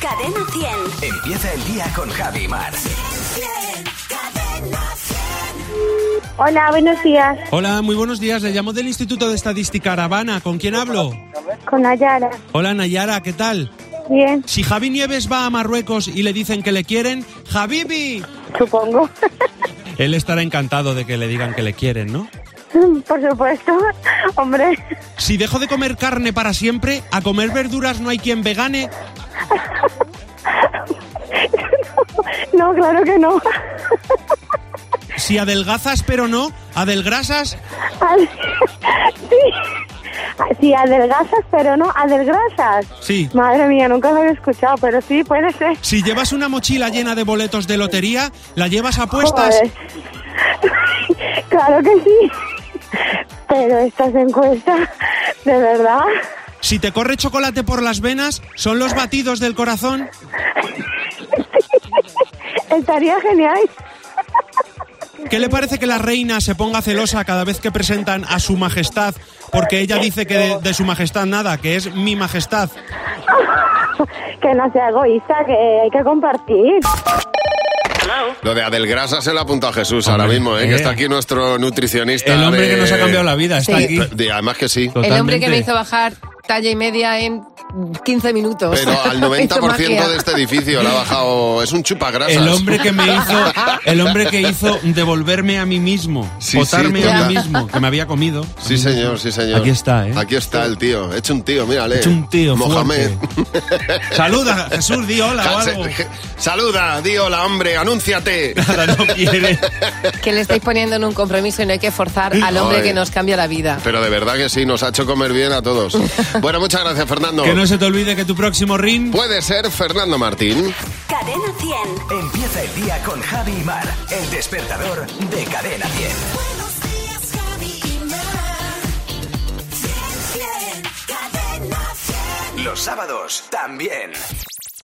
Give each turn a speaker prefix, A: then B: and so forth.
A: Cadena 100.
B: Empieza el día con Javi Mar.
C: Hola, buenos días.
D: Hola, muy buenos días. Le llamo del Instituto de Estadística Aravana. ¿Con quién hablo?
C: Con Ayara.
D: Hola, Nayara, ¿qué tal?
C: Bien,
D: Si Javi Nieves va a Marruecos y le dicen que le quieren, ¡Javibi!
C: supongo.
D: Él estará encantado de que le digan que le quieren, ¿no?
C: Por supuesto. Hombre,
D: Si dejo de comer carne para siempre, a comer verduras no hay quien vegane.
C: no, claro que no.
D: Si adelgazas pero no, adelgrasas.
C: Al- Sí. Sí, adelgazas, pero no adelgrasas.
D: Sí.
C: Madre mía, nunca lo había escuchado, pero sí, puede ser.
D: Si llevas una mochila llena de boletos de lotería, la llevas a apuestas.
C: Joder. Claro que sí. Pero estas encuestas, de verdad.
D: Si te corre chocolate por las venas, son los batidos del corazón.
C: Estaría genial.
D: ¿Qué le parece que la reina se ponga celosa cada vez que presentan a su majestad? Porque ella dice que de, de su majestad nada, que es mi majestad.
C: Que no sea egoísta, que hay que compartir.
E: Lo de Adelgrasa se lo ha apuntado Jesús
D: Hombre,
E: ahora mismo, ¿eh?
D: eh.
E: que está aquí nuestro nutricionista.
D: El hombre
E: de-
D: que nos ha cambiado la vida está
F: Sí.
D: aquí.
E: De- además que sí.
F: El hombre que
D: Totalmente.
F: me hizo bajar talla y media en 15 minutos.
E: Pero al
F: Hizo
E: 90%
F: magia.
E: de este edificio la ha bajado. Es un chupagrasas.
D: El hombre que me hizo, el hombre que hizo devolverme a mí mismo,
E: Sí,
D: botarme
E: sí,
D: a mí
E: total.
D: mismo, que me había comido.
E: Sí, señor, sí, señor.
D: Aquí está, ¿eh?
E: Aquí está el tío. Hecho un tío, mírale.
D: Hecho un tío
E: Mohamed.
D: Saluda, Jesús, di hola o algo.
E: Saluda, di hola, hombre, anúnciate.
D: Nada, no quiere.
E: este-
F: Que le estáis poniendo en un compromiso y no hay que forzar al hombre
E: Ay.
F: que nos cambia la vida.
E: Pero de verdad que sí, nos ha hecho comer bien a todos. Bueno, muchas gracias, Fernando.
D: Que no se te olvide que tu próximo ring
E: Puede ser Fernando Martín.
A: Cadena 100.
B: Empieza el día con Javi Mar. El despertador de Cadena 100.
G: Buenos días, Javi y Mar. Bien, bien, cadena 100.
B: Los sábados también.